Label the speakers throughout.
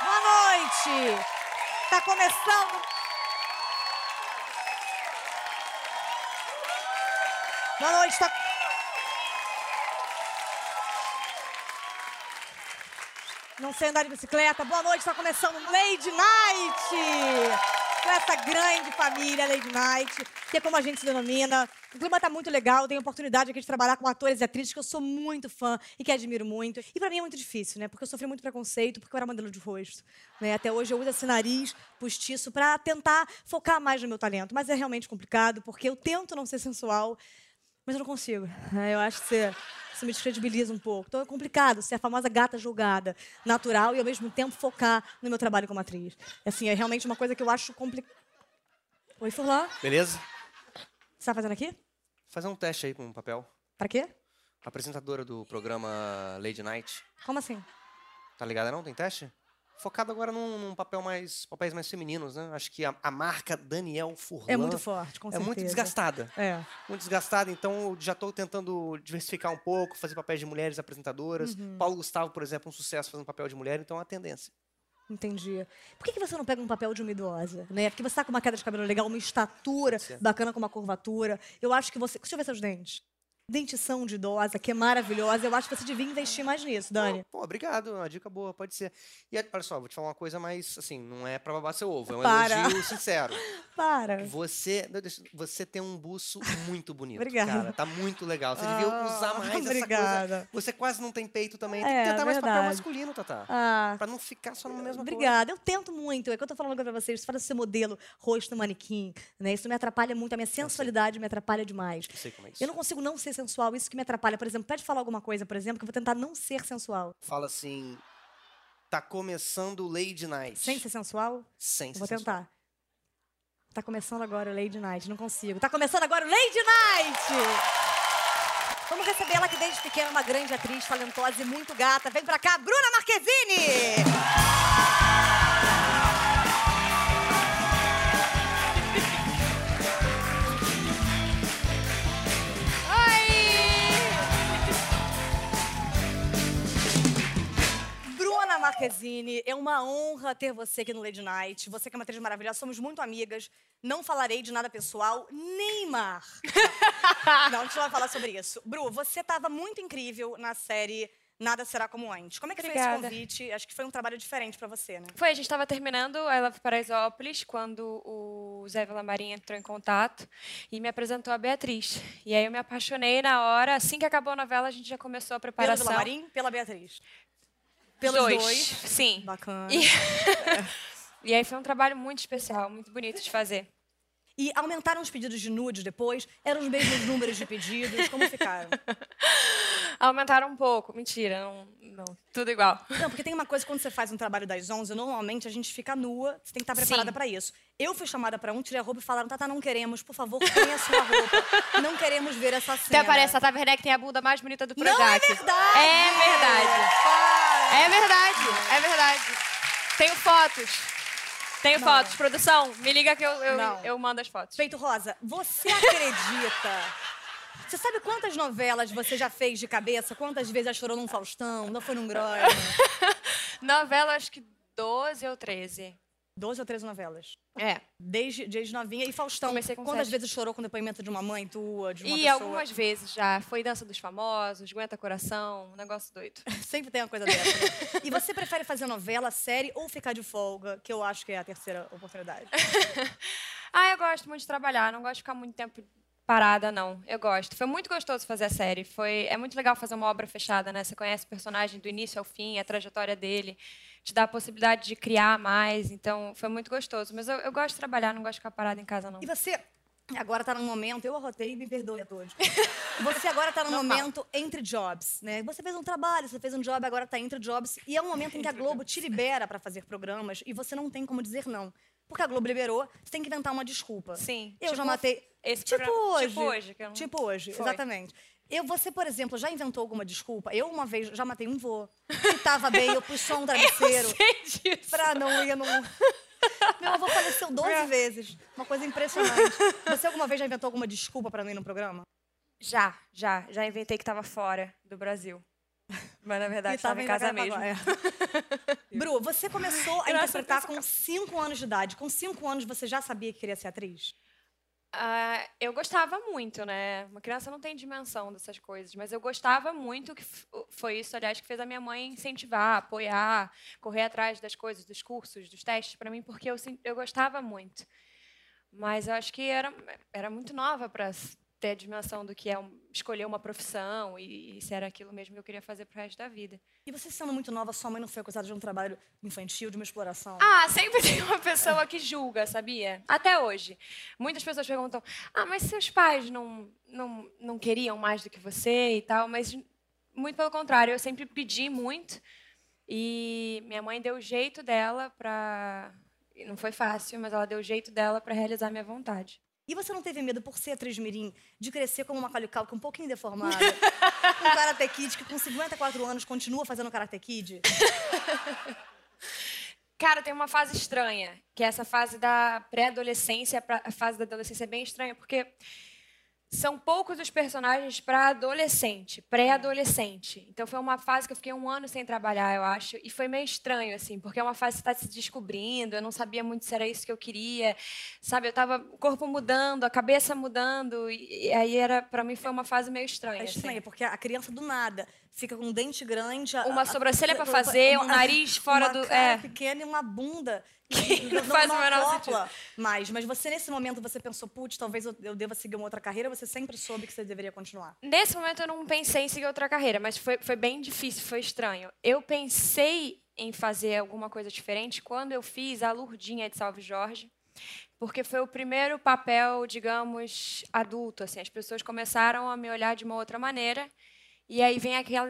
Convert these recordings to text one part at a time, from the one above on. Speaker 1: Boa noite! Tá começando. Boa noite, tá. Não sei andar de bicicleta. Boa noite, tá começando Lady Night! Com essa grande família Lady Night, que é como a gente se denomina. O clima tá muito legal, eu tenho a oportunidade aqui de trabalhar com atores e atrizes que eu sou muito fã e que admiro muito. E pra mim é muito difícil, né? Porque eu sofri muito preconceito, porque eu era modelo de rosto. Né? Até hoje eu uso esse nariz postiço pra tentar focar mais no meu talento. Mas é realmente complicado, porque eu tento não ser sensual, mas eu não consigo. É, Eu acho que você, isso me descredibiliza um pouco. Então é complicado ser a famosa gata julgada, natural e ao mesmo tempo focar no meu trabalho como atriz. Assim, é realmente uma coisa que eu acho complicada. Oi, Furlan.
Speaker 2: Beleza?
Speaker 1: Você tá fazendo aqui?
Speaker 2: Fazer um teste aí com um papel.
Speaker 1: Pra quê?
Speaker 2: Apresentadora do programa Lady Night.
Speaker 1: Como assim?
Speaker 2: Tá ligada não? Tem teste? Focado agora num, num papel mais. papéis mais femininos, né? Acho que a, a marca Daniel Furlan.
Speaker 1: É muito forte, com
Speaker 2: É
Speaker 1: certeza.
Speaker 2: muito desgastada.
Speaker 1: É.
Speaker 2: Muito desgastada, então eu já tô tentando diversificar um pouco, fazer papéis de mulheres apresentadoras.
Speaker 1: Uhum.
Speaker 2: Paulo Gustavo, por exemplo, um sucesso fazendo papel de mulher, então é uma tendência.
Speaker 1: Entendi. Por que, que você não pega um papel de uma idosa? Né? Porque você tá com uma queda de cabelo legal, uma estatura
Speaker 2: ser.
Speaker 1: bacana, com uma curvatura. Eu acho que você. Deixa eu ver seus dentes. Dentição de idosa, que é maravilhosa. Eu acho que você devia investir mais nisso, Dani.
Speaker 2: Pô, obrigado, é uma dica boa, pode ser. E olha só, vou te falar uma coisa mais, assim, não é pra babar seu ovo, é um
Speaker 1: Para.
Speaker 2: elogio sincero.
Speaker 1: Para.
Speaker 2: Você, não, deixa- você tem um buço muito bonito,
Speaker 1: Obrigada.
Speaker 2: cara. Tá muito legal. Você devia
Speaker 1: Ah,
Speaker 2: usar mais essa coisa.
Speaker 1: Obrigada.
Speaker 2: Você quase não tem peito também. Tem
Speaker 1: É,
Speaker 2: que tentar mais papel
Speaker 1: verdade.
Speaker 2: masculino, Tatá.
Speaker 1: Ah,
Speaker 2: Pra não ficar só na mesma coisa.
Speaker 1: obrigada. Eu tento muito. É que eu tô falando agora pra vocês. Você fala de ser modelo, rosto no manequim, né? Isso me atrapalha muito. A minha sensualidade me atrapalha demais.
Speaker 2: Não sei como é isso.
Speaker 1: Eu não consigo não ser sensual. Isso que me atrapalha. Por exemplo, pede falar alguma coisa, por exemplo, que eu vou tentar não ser sensual.
Speaker 2: Fala assim, tá começando o Lady Night.
Speaker 1: Sem ser sensual?
Speaker 2: Sem
Speaker 1: Vou
Speaker 2: sensual.
Speaker 1: tentar. Tá começando agora o Lady Night, não consigo. Tá começando agora o Lady Night! Vamos receber ela que desde pequena é uma grande atriz, talentosa e muito gata. Vem pra cá, Bruna Marquezine! Bruna Marquezine, é uma honra ter você aqui no Lady Night. Você que é uma atriz maravilhosa, somos muito amigas. Não falarei de nada pessoal, Neymar. Não, a gente não vai falar sobre isso. Bru, você estava muito incrível na série Nada Será Como Antes. Como é que foi esse
Speaker 3: Obrigada.
Speaker 1: convite? Acho que foi um trabalho diferente pra você, né?
Speaker 3: Foi, a gente estava terminando a Ela Paraisópolis quando o Zé Vilamarim entrou em contato e me apresentou a Beatriz. E aí eu me apaixonei na hora. Assim que acabou a novela, a gente já começou a
Speaker 1: Pelo
Speaker 3: preparação.
Speaker 1: Vilamarim, pela Beatriz.
Speaker 3: Pelos dois. Sim.
Speaker 1: Bacana.
Speaker 3: E... e aí foi um trabalho muito especial, muito bonito de fazer.
Speaker 1: E aumentaram os pedidos de nudes depois? Eram os mesmos números de pedidos? Como ficaram?
Speaker 3: Aumentaram um pouco. Mentira, não, não. Tudo igual.
Speaker 1: Não, porque tem uma coisa, quando você faz um trabalho das 11, normalmente a gente fica nua, você tem que estar
Speaker 3: Sim.
Speaker 1: preparada pra isso. Eu fui chamada pra um, tirei a roupa e falaram, Tata, não queremos, por favor, ponha a sua roupa. Não queremos ver essa cena.
Speaker 3: Até parece, Então a Tata Werneck tem a bunda mais bonita do
Speaker 1: Não
Speaker 3: Projac.
Speaker 1: é verdade!
Speaker 3: É verdade.
Speaker 1: Para!
Speaker 3: É verdade, é verdade. Tenho fotos. Tenho
Speaker 1: Não.
Speaker 3: fotos. Produção, me liga que eu, eu,
Speaker 1: Não.
Speaker 3: eu mando as fotos.
Speaker 1: Peito Rosa, você acredita? Você sabe quantas novelas você já fez de cabeça? Quantas vezes já chorou num Faustão? Não foi num Grosso?
Speaker 3: Novela, acho que 12 ou 13.
Speaker 1: Doze ou 13 novelas.
Speaker 3: É.
Speaker 1: Desde, desde novinha. E Faustão,
Speaker 3: Comecei com
Speaker 1: quantas
Speaker 3: sete.
Speaker 1: vezes chorou com depoimento de uma mãe tua, de uma
Speaker 3: E
Speaker 1: pessoa?
Speaker 3: algumas vezes já. Foi Dança dos Famosos, Aguenta Coração, um negócio doido.
Speaker 1: Sempre tem uma coisa dessa. né? e você prefere fazer novela, série ou ficar de folga? Que eu acho que é a terceira oportunidade.
Speaker 3: Ah, eu gosto muito de trabalhar, não gosto de ficar muito tempo parada, não. Eu gosto. Foi muito gostoso fazer a série. Foi... É muito legal fazer uma obra fechada, né? Você conhece o personagem do início ao fim, a trajetória dele, te dá a possibilidade de criar mais. Então, foi muito gostoso. Mas eu, eu gosto de trabalhar, não gosto de ficar parada em casa, não.
Speaker 1: E você agora tá num momento... Eu arrotei, me perdoe a todos. Você agora tá num
Speaker 3: Normal.
Speaker 1: momento entre jobs, né? Você fez um trabalho, você fez um job, agora tá entre jobs. E é um momento em que a Globo te libera pra fazer programas e você não tem como dizer não. Porque a Globo liberou, você tem que inventar uma desculpa.
Speaker 3: Sim.
Speaker 1: Eu já
Speaker 3: tipo,
Speaker 1: matei...
Speaker 3: Esse
Speaker 1: Tipo
Speaker 3: programa-
Speaker 1: hoje.
Speaker 3: Tipo hoje. Que eu não...
Speaker 1: Tipo hoje,
Speaker 3: Foi.
Speaker 1: exatamente. Eu, você, por exemplo, já inventou alguma desculpa? Eu, uma vez, já matei um vô. Que tava bem, eu pus só um travesseiro.
Speaker 3: Sei disso. É.
Speaker 1: pra não ir num. Meu avô faleceu 12 vezes. Uma coisa impressionante. Você alguma vez já inventou alguma desculpa pra não ir no programa?
Speaker 3: Já, já. Já inventei que tava fora do Brasil. Mas na verdade
Speaker 1: E
Speaker 3: tava em
Speaker 1: indo
Speaker 3: casa
Speaker 1: gravar
Speaker 3: mesmo.
Speaker 1: agora, é. Bru, você começou a
Speaker 3: Graças a
Speaker 1: interpretar
Speaker 3: Deus,
Speaker 1: com 5 anos de idade. Com 5 anos você já sabia que queria ser atriz?
Speaker 3: Ah, eu gostava muito, né? Uma criança não tem dimensão dessas coisas, mas eu gostava muito, que f- foi isso, aliás, que fez a minha mãe incentivar, apoiar, correr atrás das coisas, dos cursos, dos testes para mim, porque eu, sen- eu gostava muito. Mas eu acho que era, era muito nova para ter a dimensão do que é um- escolher uma profissão e, e se era aquilo mesmo que eu queria fazer pro resto da vida.
Speaker 1: E você sendo muito nova, sua mãe não foi acusada de um trabalho infantil, de uma exploração?
Speaker 3: Ah, sempre tem uma pessoa que julga, sabia? Até hoje. Muitas pessoas perguntam: ah, mas seus pais não, não, não queriam mais do que você e tal, mas muito pelo contrário, eu sempre pedi muito. E minha mãe deu o jeito dela pra. e Não foi fácil, mas ela deu o jeito dela pra realizar minha vontade.
Speaker 1: E você não teve medo, por ser atriz mirim, de crescer como uma Calcalca um pouquinho deformada? um Karate Kid que com 54 anos continua fazendo Karate Kid?
Speaker 3: Cara, tem uma fase estranha, que é essa fase da pré-adolescência, pra- a fase da adolescência é bem estranha, porque são poucos os personagens para adolescente, pré-adolescente. Então foi uma fase que eu fiquei um ano sem trabalhar, eu acho, e foi meio estranho assim, porque é uma fase que está se descobrindo. Eu não sabia muito se era isso que eu queria, sabe? Eu tava o corpo mudando, a cabeça mudando, e, e aí era para mim foi uma fase meio estranha.
Speaker 1: É
Speaker 3: assim.
Speaker 1: estranho, porque a criança do nada fica com um dente grande... a-
Speaker 3: Uma
Speaker 1: a-
Speaker 3: sobrancelha pra fazer, um nariz fora
Speaker 1: uma
Speaker 3: do-
Speaker 1: Cara
Speaker 3: é.
Speaker 1: pequena e uma bunda que
Speaker 3: não faz o menor
Speaker 1: acopla mais. Mas você, nesse momento, você pensou, putz, talvez eu, eu deva seguir uma outra carreira, você sempre soube que você deveria continuar.
Speaker 3: Nesse momento eu não pensei em seguir outra carreira, mas foi, foi bem difícil, foi estranho. Eu pensei em fazer alguma coisa diferente quando eu fiz a Lurdinha de Salve Jorge, porque foi o primeiro papel, digamos, adulto. Assim, as pessoas começaram a me olhar de uma outra maneira, e aí vem aquela,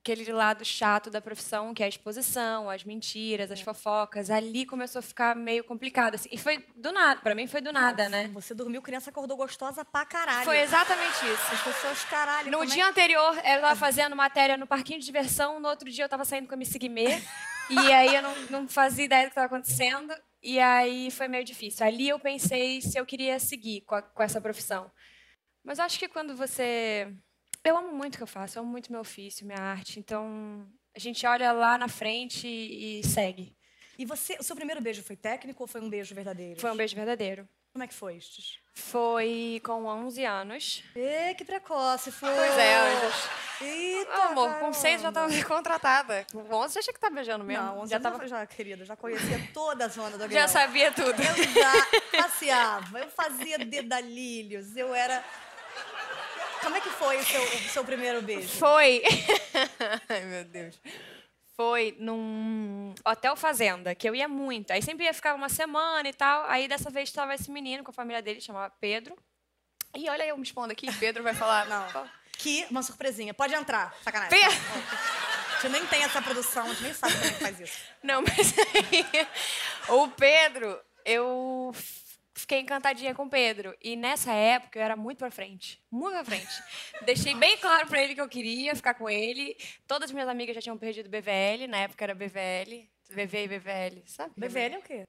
Speaker 3: aquele lado chato da profissão, que é a exposição, as mentiras, as fofocas. Ali começou a ficar meio complicado. Assim. E foi do nada, para mim foi do nada, né?
Speaker 1: Você dormiu, criança acordou gostosa pra caralho.
Speaker 3: Foi exatamente isso.
Speaker 1: As pessoas, caralho,
Speaker 3: No
Speaker 1: como é
Speaker 3: dia anterior, eu tava fazendo matéria no parquinho de diversão, no outro dia eu tava saindo com a Miss Guimê, e aí eu não, não fazia ideia do que tava acontecendo, e aí foi meio difícil. Ali eu pensei se eu queria seguir com, a- com essa profissão. Mas eu acho que quando você... Eu amo muito o que eu faço, eu amo muito meu ofício, minha arte, então a gente olha lá na frente e, e segue.
Speaker 1: E você, o seu primeiro beijo foi técnico ou foi um beijo verdadeiro?
Speaker 3: Foi um beijo verdadeiro.
Speaker 1: Como é que foi, Estes?
Speaker 3: Foi com 11 anos.
Speaker 1: Ê, que precoce foi.
Speaker 3: Pois é, anjos.
Speaker 1: Eita,
Speaker 3: Ô, amor, com seis já
Speaker 1: caramba.
Speaker 3: tava contratada. Com 11 já achei que tá beijando mesmo.
Speaker 1: Não, onze
Speaker 3: já
Speaker 1: já tava... já, querida, já conhecia toda a zona do avião.
Speaker 3: Já sabia tudo.
Speaker 1: Eu já passeava, eu fazia dedalilhos, eu era... Como é que foi o seu, o seu primeiro beijo?
Speaker 3: Foi. Ai, meu Deus. Foi num hotel fazenda, que eu ia muito. Aí sempre ia ficar uma semana e tal. Aí dessa vez estava esse menino com a família dele, chamava Pedro. E olha eu me expondo aqui, Pedro vai falar.
Speaker 1: Não. Que, uma surpresinha. Pode entrar, sacanagem.
Speaker 3: Pedro!
Speaker 1: A gente nem tem essa produção, a gente nem sabe como é que faz isso.
Speaker 3: Não, mas aí, o Pedro, eu f- fiquei encantadinha com o Pedro. E nessa época eu era muito pra frente. Muito pra frente. Deixei bem claro pra ele que eu queria ficar com ele. Todas as minhas amigas já tinham perdido BVL, na época era BVL. BV e BVL, sabe?
Speaker 1: BVL é o quê?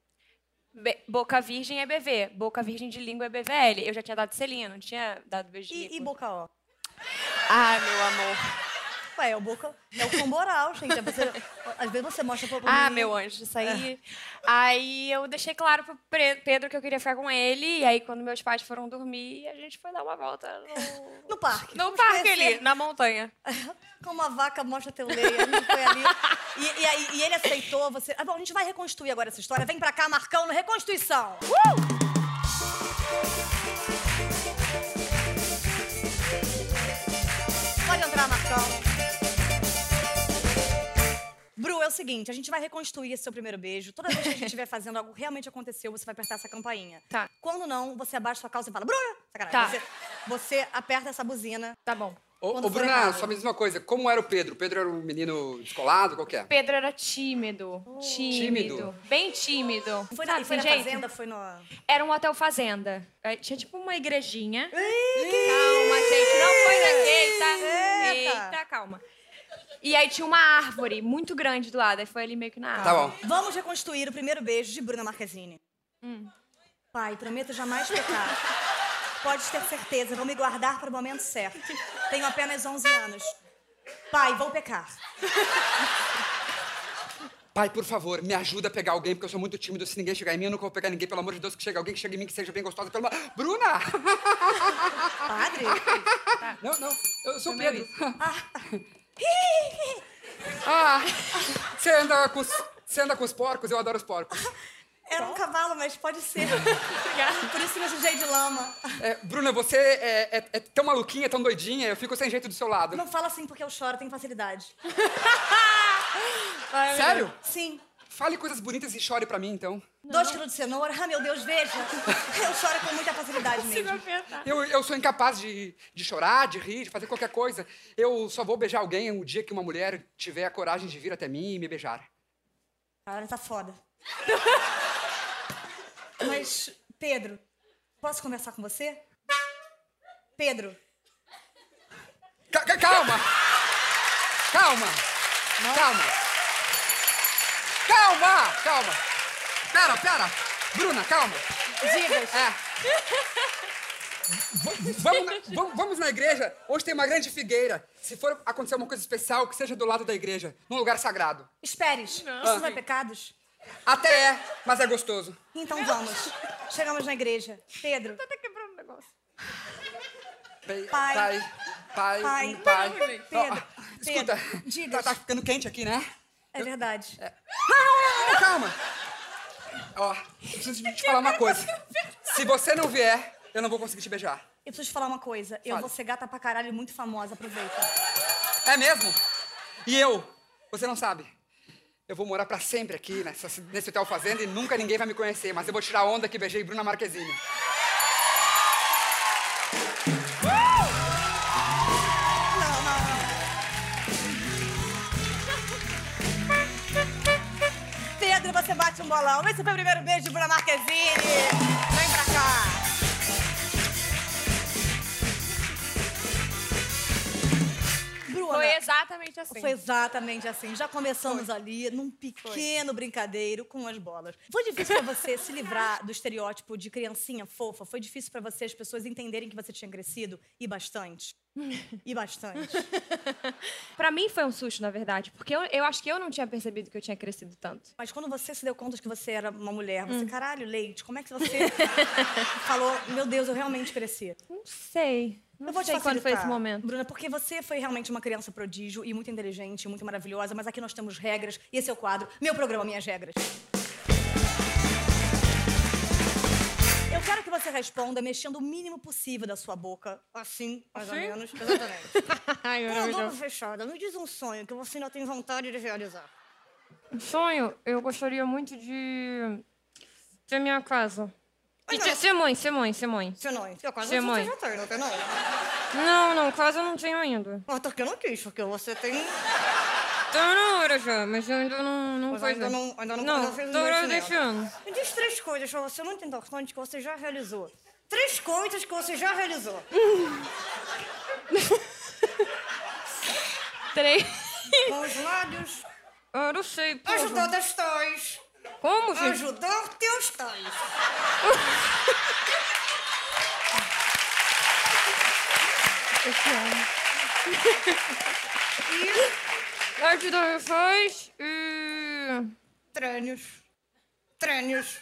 Speaker 3: Be- boca virgem é BV, boca virgem de língua é BVL. Eu já tinha dado selinho, não tinha dado beijo de
Speaker 1: E, e
Speaker 3: língua.
Speaker 1: boca, ó.
Speaker 3: Ah, meu amor.
Speaker 1: Ué, é o boca. É o comboral, gente. É você- às vezes você mostra pro pro
Speaker 3: Ah,
Speaker 1: menino.
Speaker 3: meu anjo, isso aí. Aí eu deixei claro pro Pre- Pedro que eu queria ficar com ele. E aí, quando meus pais foram dormir, a gente foi dar uma volta no,
Speaker 1: No parque.
Speaker 3: no
Speaker 1: Vamos
Speaker 3: parque
Speaker 1: conhecer.
Speaker 3: ali, na montanha.
Speaker 1: Como a vaca mostra teu leite, a gente foi ali. E, e aí- e ele aceitou você. Ah, bom, a gente vai reconstruir agora essa história. Vem pra cá, Marcão, no Uh! Reconstituição. Pode entrar, Marcão. Bru, é o seguinte, a gente vai reconstruir esse seu primeiro beijo. Toda vez que a gente estiver fazendo algo que realmente aconteceu, você vai apertar essa campainha.
Speaker 3: Tá.
Speaker 1: Quando não, você abaixa sua calça e fala, Bruna! Sacanagem.
Speaker 3: Tá.
Speaker 1: Você, você aperta essa buzina
Speaker 3: Tá bom.
Speaker 4: Ô,
Speaker 1: Quando
Speaker 4: ô
Speaker 1: for
Speaker 4: Bruna,
Speaker 1: errado.
Speaker 4: só me diz uma coisa. Como era o Pedro? O Pedro era um menino descolado? Qual que é?
Speaker 3: Pedro era tímido, tímido,
Speaker 4: Tímido?
Speaker 3: bem tímido.
Speaker 1: Foi na,
Speaker 3: Sabe,
Speaker 1: foi na
Speaker 3: sem jeito?
Speaker 1: fazenda, foi no...
Speaker 3: Era um hotel fazenda. Aí Tinha tipo uma igrejinha. calma, gente, não foi daquele, tá?
Speaker 1: Eita.
Speaker 3: Eita, calma. E aí tinha uma árvore muito grande do lado, aí foi ali meio que na árvore.
Speaker 4: Tá bom.
Speaker 1: Vamos reconstruir o primeiro beijo de Bruna Marquezine. Hum. Pai, prometo jamais pecar. Podes ter certeza, vou me guardar para o momento certo. Tenho apenas 11 anos. Pai, vou pecar.
Speaker 4: Pai, por favor, me ajuda a pegar alguém, porque eu sou muito tímido. Se ninguém chegar em mim, eu nunca vou pegar ninguém. Pelo amor de Deus, que chegue alguém que chegue em mim, que seja bem gostosa. Pelo... amor- Bruna!
Speaker 1: Padre?
Speaker 4: Não, não. Eu sou o Pedro.
Speaker 1: Ih,
Speaker 4: Ah, você anda com os... Você anda com os porcos? Eu adoro os porcos.
Speaker 1: Era um cavalo, mas pode ser. Por isso que eu sujei de lama.
Speaker 4: É, Bruna, você é, é- é tão maluquinha, tão doidinha, eu fico sem jeito do seu lado.
Speaker 1: Não fala assim porque eu choro, tenho facilidade.
Speaker 4: Sério?
Speaker 1: Sim.
Speaker 4: Fale coisas bonitas e chore pra mim, então.
Speaker 1: Dois quilos de cenoura. Ah, meu Deus, veja. Eu choro com muita facilidade mesmo.
Speaker 4: Eu, eu sou incapaz de, de chorar, de rir, de fazer qualquer coisa. Eu só vou beijar alguém o dia que uma mulher tiver a coragem de vir até mim e me beijar.
Speaker 1: Cara, tá foda. Mas, Pedro, posso conversar com você? Pedro,
Speaker 4: Ca- ca- calma! Calma! Calma! Calma! Calma! Pera, pera! Bruna, calma!
Speaker 1: digas.
Speaker 4: É. V- vamos, na, vamos- vamos na igreja. Hoje tem uma grande figueira. Se for acontecer uma coisa especial, que seja do lado da igreja, num lugar sagrado.
Speaker 1: Esperes. Isso não é pecados?
Speaker 4: Até é, mas é gostoso.
Speaker 1: Então vamos. Chegamos na igreja. Pedro,
Speaker 3: Tá quebrando o negócio.
Speaker 4: Pai,
Speaker 1: Pai.
Speaker 4: pai, um
Speaker 1: Pai.
Speaker 4: pai.
Speaker 1: Pedro,
Speaker 4: Ó,
Speaker 1: Pedro,
Speaker 4: escuta, tá,
Speaker 1: digas.
Speaker 4: tá ficando quente aqui, né?
Speaker 1: é verdade.
Speaker 4: Não, calma. Ó, preciso te falar uma coisa. Se você não vier, eu não vou conseguir te beijar.
Speaker 1: Eu preciso te falar uma coisa. Eu
Speaker 4: Fala.
Speaker 1: vou ser gata pra caralho e muito famosa, aproveita.
Speaker 4: É mesmo? E eu? Você não sabe. Eu vou morar pra sempre aqui nessa, nesse hotel fazenda e nunca ninguém vai me conhecer, mas eu vou tirar onda que beijei Bruna Marquezine.
Speaker 5: Pedro, você bate um bolão. Esse foi o primeiro beijo de Bruna Marquezine. Vem pra cá.
Speaker 1: Bruna,
Speaker 3: Foi exatamente assim.
Speaker 1: foi exatamente assim. Já começamos ali num pequeno brincadeiro com as bolas. Foi difícil pra você se livrar do estereótipo de criancinha fofa? Foi difícil pra você as pessoas entenderem que você tinha crescido? E bastante. E bastante.
Speaker 3: Pra mim foi um susto, na verdade, porque eu, eu acho que eu não tinha percebido que eu tinha crescido tanto.
Speaker 1: Mas quando você se deu conta de que você era uma mulher,
Speaker 3: Hum.
Speaker 1: você, caralho, leite, como é que você falou, meu Deus, eu realmente cresci?
Speaker 3: Não sei. Não
Speaker 1: eu vou te
Speaker 3: sei quando foi esse
Speaker 1: facilitar,
Speaker 3: momento.
Speaker 1: Bruna, porque você foi realmente uma criança prodígio e muito inteligente, muito maravilhosa, mas aqui nós temos regras e esse é o quadro Meu Programa Minhas Regras. Eu quero que você responda mexendo o mínimo possível da sua boca, assim, mais ou menos, exatamente.
Speaker 3: Ai,
Speaker 1: Com a boca fechada, me diz um sonho que você ainda tem vontade de realizar.
Speaker 3: Um sonho, eu gostaria muito de ter minha casa. E ter, ser mãe, ser mãe, ser mãe.
Speaker 1: Seu nome? Seu quase
Speaker 3: Ser
Speaker 1: você
Speaker 3: mãe.
Speaker 1: já tem, não tem não?
Speaker 3: Não, não, casa eu não tenho ainda.
Speaker 1: Até tá que eu não quis, porque você tem.
Speaker 3: Tá na hora já, mas eu ainda não, não
Speaker 1: Mas
Speaker 3: coisa.
Speaker 1: ainda não- ainda não-
Speaker 3: Não,
Speaker 1: ainda fez
Speaker 3: tô
Speaker 1: um
Speaker 3: agora
Speaker 1: desse nela.
Speaker 3: deixando.
Speaker 1: Me diz três coisas pra você muito importante que você já realizou. Três coisas que você já realizou.
Speaker 3: Três.
Speaker 1: Com os lábios.
Speaker 3: Eu não sei, porra.
Speaker 1: Ajudar das tais.
Speaker 3: Como, gente?
Speaker 1: Ajudar teus tais.
Speaker 3: Ajudar os fãs e...
Speaker 1: Trânios. Trânios.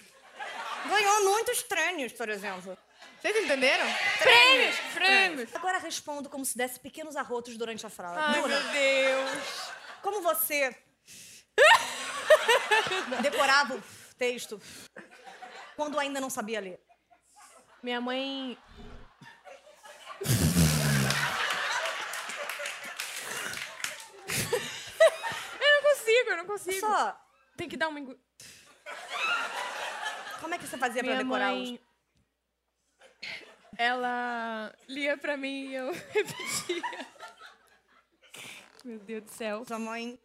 Speaker 1: Ganhou muitos trânios, por exemplo. Vocês entenderam?
Speaker 3: Prêmios! Prêmios!
Speaker 1: Agora respondo como se desse pequenos arrotos durante a frase.
Speaker 3: Ai,
Speaker 1: Bruna,
Speaker 3: meu Deus.
Speaker 1: como você decorava o texto quando ainda não sabia ler?
Speaker 3: Minha mãe... eu não consigo, eu não consigo.
Speaker 1: Só,
Speaker 3: Tem que dar uma... engo-
Speaker 1: como é que você fazia pra
Speaker 3: Minha
Speaker 1: decorar os...
Speaker 3: mãe... Ela lia pra mim e eu repetia.
Speaker 6: Meu Deus do céu.
Speaker 1: Sua mãe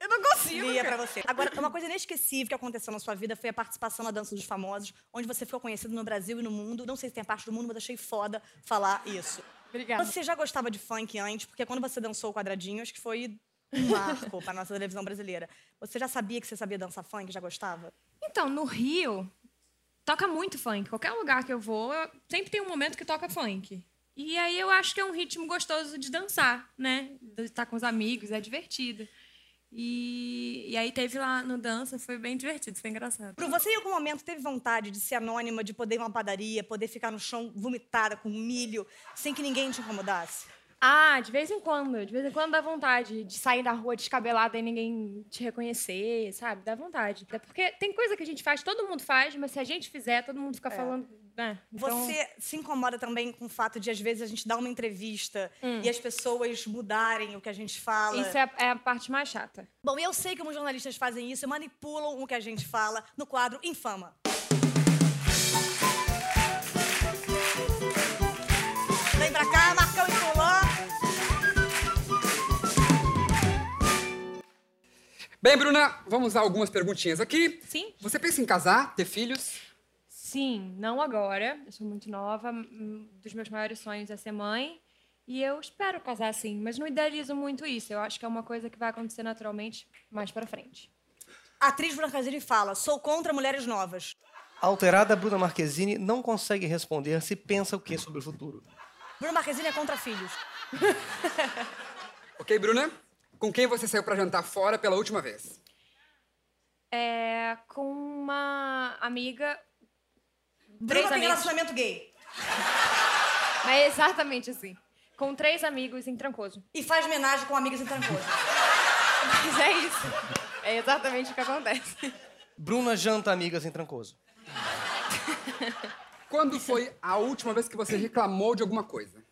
Speaker 6: Eu não consigo.
Speaker 1: lia pra você. Agora, uma coisa inesquecível que aconteceu na sua vida foi a participação na Dança dos Famosos, onde você ficou conhecido no Brasil e no mundo. Não sei se tem parte do mundo, mas achei foda falar isso.
Speaker 6: Obrigada.
Speaker 1: Você já gostava de funk antes, porque quando você dançou o quadradinho, acho que foi um marco pra nossa televisão brasileira. Você já sabia que você sabia dançar funk? Já gostava?
Speaker 6: Então, no Rio, toca muito funk. Qualquer lugar que eu vou, eu- sempre tem um momento que toca funk. E aí eu acho que é um ritmo gostoso de dançar, né? De estar com os amigos, é divertido. E, e aí teve lá no dança, foi bem divertido, foi engraçado.
Speaker 1: Bru, você em algum momento teve vontade de ser anônima, de poder ir a uma padaria, poder ficar no chão vomitada com milho, sem que ninguém te incomodasse?
Speaker 3: Ah, de vez em quando. De vez em quando dá vontade de sair da rua descabelada e ninguém te reconhecer, sabe? Dá vontade. Até porque tem coisa que a gente faz, todo mundo faz, mas se a gente fizer, todo mundo
Speaker 6: É.
Speaker 3: fica falando. Né? Então,
Speaker 1: Você se incomoda também com o fato de, às vezes, a gente dar uma entrevista e as pessoas mudarem o que a gente fala?
Speaker 3: Hum. Isso é a, é a parte mais chata.
Speaker 1: Bom, eu sei como os jornalistas fazem isso, manipulam o que a gente fala no quadro Infama. Vem pra cá, Marcão e Fulano.
Speaker 4: Bem, Bruna, vamos a algumas perguntinhas aqui.
Speaker 3: Sim?
Speaker 4: Você pensa em casar, ter filhos?
Speaker 3: Sim, não agora. Eu sou muito nova. Um dos meus maiores sonhos é ser mãe. E eu espero casar sim, mas não idealizo muito isso. Eu acho que é uma coisa que vai acontecer naturalmente mais pra frente.
Speaker 1: A atriz Bruna Casini fala, sou contra mulheres novas.
Speaker 2: A Alterada Bruna Marquezine não consegue responder se pensa o que sobre o futuro.
Speaker 1: Bruna Marquezine é contra filhos.
Speaker 4: Ok, Bruna? Com quem você saiu pra jantar fora pela última vez?
Speaker 3: É, com uma amiga
Speaker 1: Bruna tem
Speaker 3: amigos.
Speaker 1: relacionamento gay
Speaker 3: Mas é exatamente assim. Com três amigos em Trancoso.
Speaker 1: e faz homenagem com amigas em Trancoso.
Speaker 3: Mas é isso. É exatamente o que acontece.
Speaker 2: Bruna janta amigas em Trancoso.
Speaker 4: Quando foi a última vez que você reclamou de alguma coisa?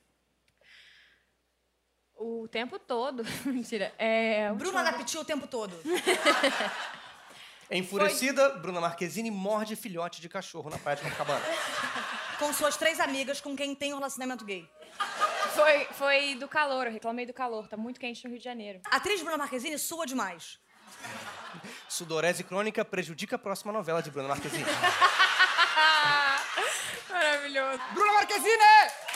Speaker 3: O tempo todo. Mentira. É. o
Speaker 1: Bruna da Pitiu o tempo todo.
Speaker 2: Enfurecida, Bruna Marquezine morde filhote de cachorro na praia de Copacabana.
Speaker 1: Com suas três amigas com quem tem um relacionamento gay.
Speaker 3: Foi, foi do calor, eu reclamei do calor. Tá muito quente no Rio de Janeiro.
Speaker 1: A atriz Bruna Marquezine sua demais.
Speaker 2: Sudorese crônica prejudica a próxima novela de Bruna Marquezine.
Speaker 6: Ah,
Speaker 3: Maravilhoso.
Speaker 4: Bruna Marquezine!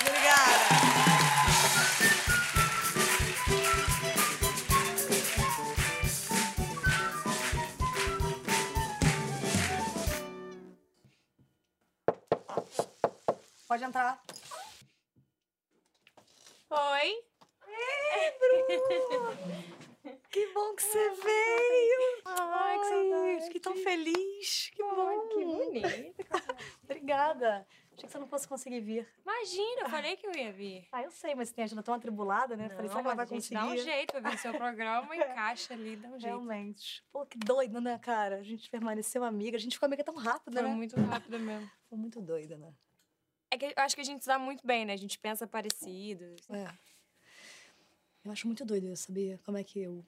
Speaker 1: Obrigada. Pode entrar.
Speaker 3: Oi.
Speaker 1: Que bom Ah, que você veio.
Speaker 3: Ai, que saudade.
Speaker 1: Fiquei tão feliz. Que
Speaker 3: Ai, que bonito.
Speaker 1: Obrigada. Achei que você não fosse conseguir vir.
Speaker 3: Imagina, eu falei que eu ia vir.
Speaker 1: Ah, eu sei, mas você tem a agenda tão atribulada, né? Falei, será que ela vai
Speaker 3: a gente dá um
Speaker 1: conseguir?
Speaker 3: jeito pra vir no seu programa, encaixa ali, dá
Speaker 6: É
Speaker 3: um jeito.
Speaker 1: Realmente. Pô, que doido, né, cara? A gente permaneceu amiga. A gente ficou amiga tão rápido,
Speaker 6: Foi
Speaker 1: né?
Speaker 6: muito rápido mesmo.
Speaker 1: Foi muito doida, né?
Speaker 6: É que eu acho que a gente se dá muito bem, né? A gente pensa parecido.
Speaker 1: É. Eu acho muito doido eu sabia como é que eu,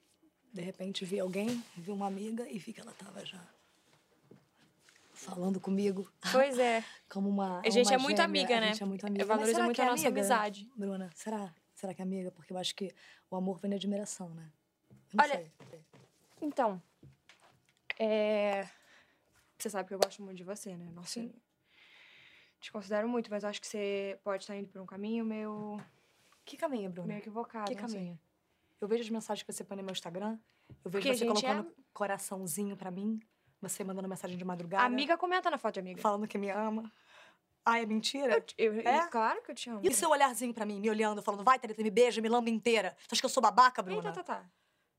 Speaker 1: de repente, vi alguém, vi uma amiga e vi que ela tava já falando comigo
Speaker 6: Pois é.
Speaker 1: como uma.
Speaker 6: A gente
Speaker 1: alma
Speaker 6: é muito
Speaker 1: gêmea.
Speaker 6: amiga,
Speaker 1: A
Speaker 6: né?
Speaker 1: gente é muito amiga. Mas
Speaker 6: Valoriza
Speaker 1: será
Speaker 6: muito
Speaker 1: que
Speaker 6: a
Speaker 1: é
Speaker 6: nossa
Speaker 1: amiga,
Speaker 6: amizade.
Speaker 1: Bruna, será? Será que é amiga? Porque eu acho que o amor vem da admiração, né? Eu
Speaker 3: Olha, Então, é... você sabe que eu gosto muito de você, né? Nossa, eu te considero muito, mas eu acho que você pode estar indo por um caminho meio,
Speaker 1: Que caminho, Bruna?
Speaker 3: meio equivocado.
Speaker 1: né? Que
Speaker 3: Ah, não sei.
Speaker 1: caminho? Eu vejo as mensagens que você põe no meu Instagram. Eu vejo
Speaker 3: Porque a
Speaker 1: você
Speaker 3: gente é
Speaker 1: colocando coraçãozinho pra mim. Você mandando mensagem de madrugada.
Speaker 3: Amiga, comenta na foto de amiga.
Speaker 1: Falando que me ama. Ai, é mentira?
Speaker 3: Eu, te- eu- eu-
Speaker 1: É?
Speaker 3: Claro que eu te amo.
Speaker 1: E o seu olharzinho pra mim, me olhando, falando, vai, Thalita, me beija, me lamba inteira. Tu acha que eu sou babaca, Bruna?
Speaker 3: Eita, Tatá.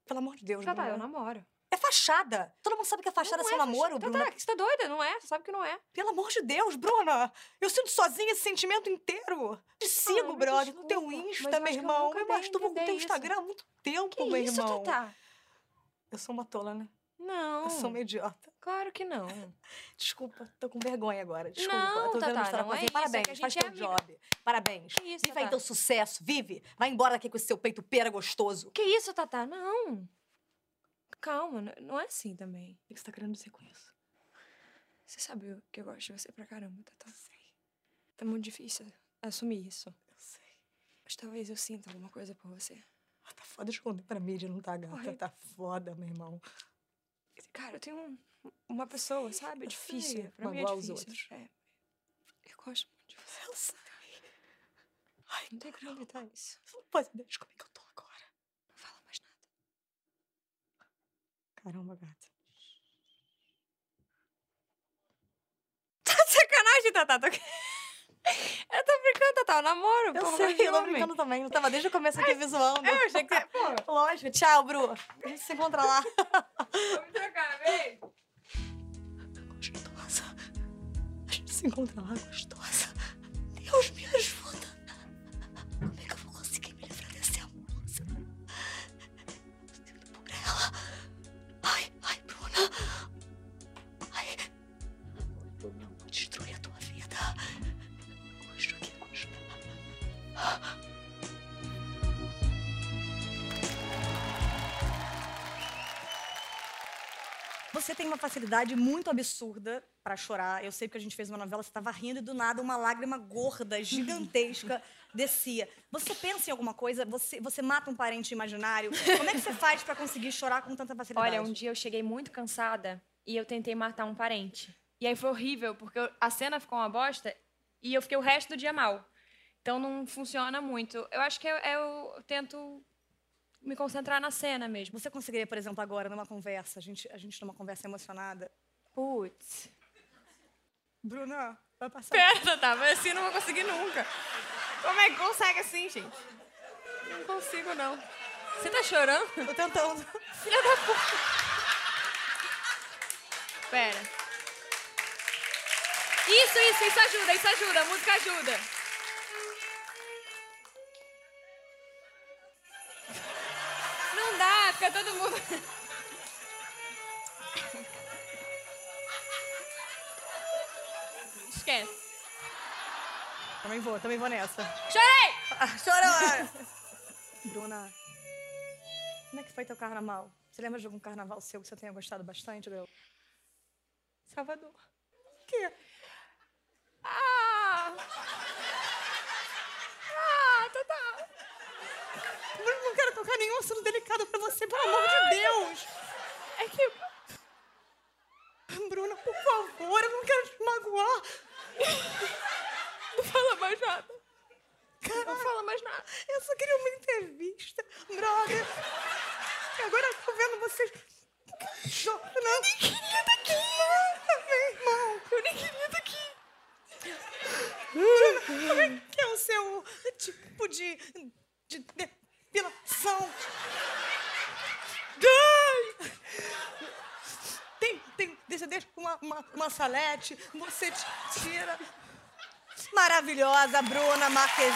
Speaker 1: Pelo amor de Deus,
Speaker 3: Tatá,
Speaker 1: Bruna.
Speaker 3: tá, eu namoro.
Speaker 1: É fachada. Todo mundo sabe que é fachada
Speaker 3: Não
Speaker 1: seu
Speaker 3: é
Speaker 1: namoro,
Speaker 3: fachada.
Speaker 1: Bruna.
Speaker 3: Tatá, você tá doida? Não é? Você sabe que não é.
Speaker 1: Pelo amor de Deus, Bruna. Eu sinto sozinha esse sentimento inteiro. Te
Speaker 3: Ah,
Speaker 1: sigo,
Speaker 3: me
Speaker 1: brother, no teu
Speaker 3: desculpa,
Speaker 1: Insta,
Speaker 3: mas eu
Speaker 1: meu
Speaker 3: acho que eu
Speaker 1: irmão.
Speaker 3: nunca
Speaker 1: Eu
Speaker 3: dei-
Speaker 1: masturbo com o teu
Speaker 3: enteei
Speaker 1: um
Speaker 3: isso.
Speaker 1: Instagram há muito tempo,
Speaker 3: Que
Speaker 1: meu
Speaker 3: isso, Então tá.
Speaker 1: irmão.
Speaker 3: Tatá?
Speaker 1: Eu sou uma tola, né?
Speaker 3: Não.
Speaker 1: Eu sou uma idiota.
Speaker 3: Claro que não.
Speaker 1: Desculpa, tô com vergonha agora. Desculpa.
Speaker 3: Não,
Speaker 1: tô vendo
Speaker 3: Tatá,
Speaker 1: uma história
Speaker 3: não
Speaker 1: com
Speaker 3: é
Speaker 1: você.
Speaker 3: isso, é
Speaker 1: Parabéns,
Speaker 3: que a
Speaker 1: faz
Speaker 3: gente
Speaker 1: teu
Speaker 3: é amiga.
Speaker 1: job. Parabéns.
Speaker 3: Que isso, tá.
Speaker 1: vive aí
Speaker 3: Tatá.
Speaker 1: teu sucesso, vive. Vai embora daqui com esse seu peito pera gostoso.
Speaker 3: Que isso, Tatá? Não. Calma, n- não é assim também.
Speaker 1: O que você tá querendo dizer com isso?
Speaker 3: Você sabe o que eu gosto de você pra caramba, Tatá. Sei. Tá muito difícil assumir isso.
Speaker 1: Eu sei.
Speaker 3: Mas talvez eu sinta alguma coisa por você.
Speaker 1: Tá foda esconder pra mídia, não tá, gata?
Speaker 6: Correto.
Speaker 1: Tá foda, meu irmão.
Speaker 6: Cara, eu tenho um- uma pessoa, sabe? É difícil.
Speaker 1: sei,
Speaker 6: pra mim é
Speaker 1: magoar os
Speaker 6: difícil.
Speaker 1: outros.
Speaker 6: É. Eu gosto muito de você. Eu sei. Ai, não tem como evitar isso.
Speaker 1: Você não faz ideia de como é que eu tô agora.
Speaker 6: Não fala mais nada.
Speaker 1: Caramba, gata.
Speaker 6: Tá de sacanagem, Tatá. Tô... Eu tô brincando, Tatá. Eu namoro.
Speaker 1: Eu
Speaker 6: pô,
Speaker 1: sei,
Speaker 6: gosto de
Speaker 1: eu tô
Speaker 6: homem.
Speaker 1: brincando também. Não tava desde o começo aqui visuando.
Speaker 6: Eu achei que você... Pô,
Speaker 1: Lógico. Tchau, Bru. A gente se encontra lá.
Speaker 6: vamos trocar, né? vem.
Speaker 1: Gostosa. A gente se encontra lá, gostosa. Deus me ajuda. Como é que eu vou conseguir me livrar desse amor? Eu sinto por ela. Ai, ai, Bruna. Ai. Eu vou destruir a tua vida. Custa o que custa. Você tem uma facilidade muito absurda pra chorar. Eu sei porque a gente fez uma novela, você tava rindo e do nada uma lágrima gorda, gigantesca, descia. Você pensa em alguma coisa? Você, você mata um parente imaginário? Como é que você faz pra conseguir chorar com tanta facilidade?
Speaker 6: Olha, um dia eu cheguei muito cansada e eu tentei matar um parente. E aí foi horrível, porque eu- a cena ficou uma bosta e eu fiquei o resto do dia mal. Então não funciona muito. Eu acho que eu, eu tento me concentrar na cena mesmo.
Speaker 1: Você conseguiria, por exemplo, agora, numa conversa, a gente, a gente numa conversa emocionada?
Speaker 6: Putz.
Speaker 1: Bruna, vai passar.
Speaker 3: Pera, tá, mas assim eu não vou conseguir nunca. Como é que consegue assim, gente? Não consigo, não. Você tá chorando?
Speaker 1: Tô tentando.
Speaker 3: Pera. Isso, isso, isso ajuda, isso ajuda, a música ajuda. Não dá, fica todo mundo. Esquece.
Speaker 1: Também vou, também vou nessa.
Speaker 3: Chorei!
Speaker 1: Chorou! Bruna, como é que foi teu carnaval? Você lembra de algum carnaval seu que você tenha gostado bastante, Bel?
Speaker 3: Salvador.
Speaker 1: Que?
Speaker 3: Ah!
Speaker 1: tá,
Speaker 3: Ah, total.
Speaker 1: Eu não quero tocar nenhum assunto delicado pra você, pelo amor de Deus!
Speaker 3: É que
Speaker 1: Bruna, por favor, eu não quero te magoar!
Speaker 3: não fala mais nada. Não fala mais nada.
Speaker 1: Eu só queria uma entrevista, brother! E Agora eu tô vendo vocês chorando! Eu nem queria estar aqui! meu irmão! Eu nem queria estar aqui! Como é que é o seu tipo de, de depilação? Ai! Tem, tem, deixa, deixa uma, uma, uma salete, você ti- tira. Maravilhosa, Bruna Marquezine.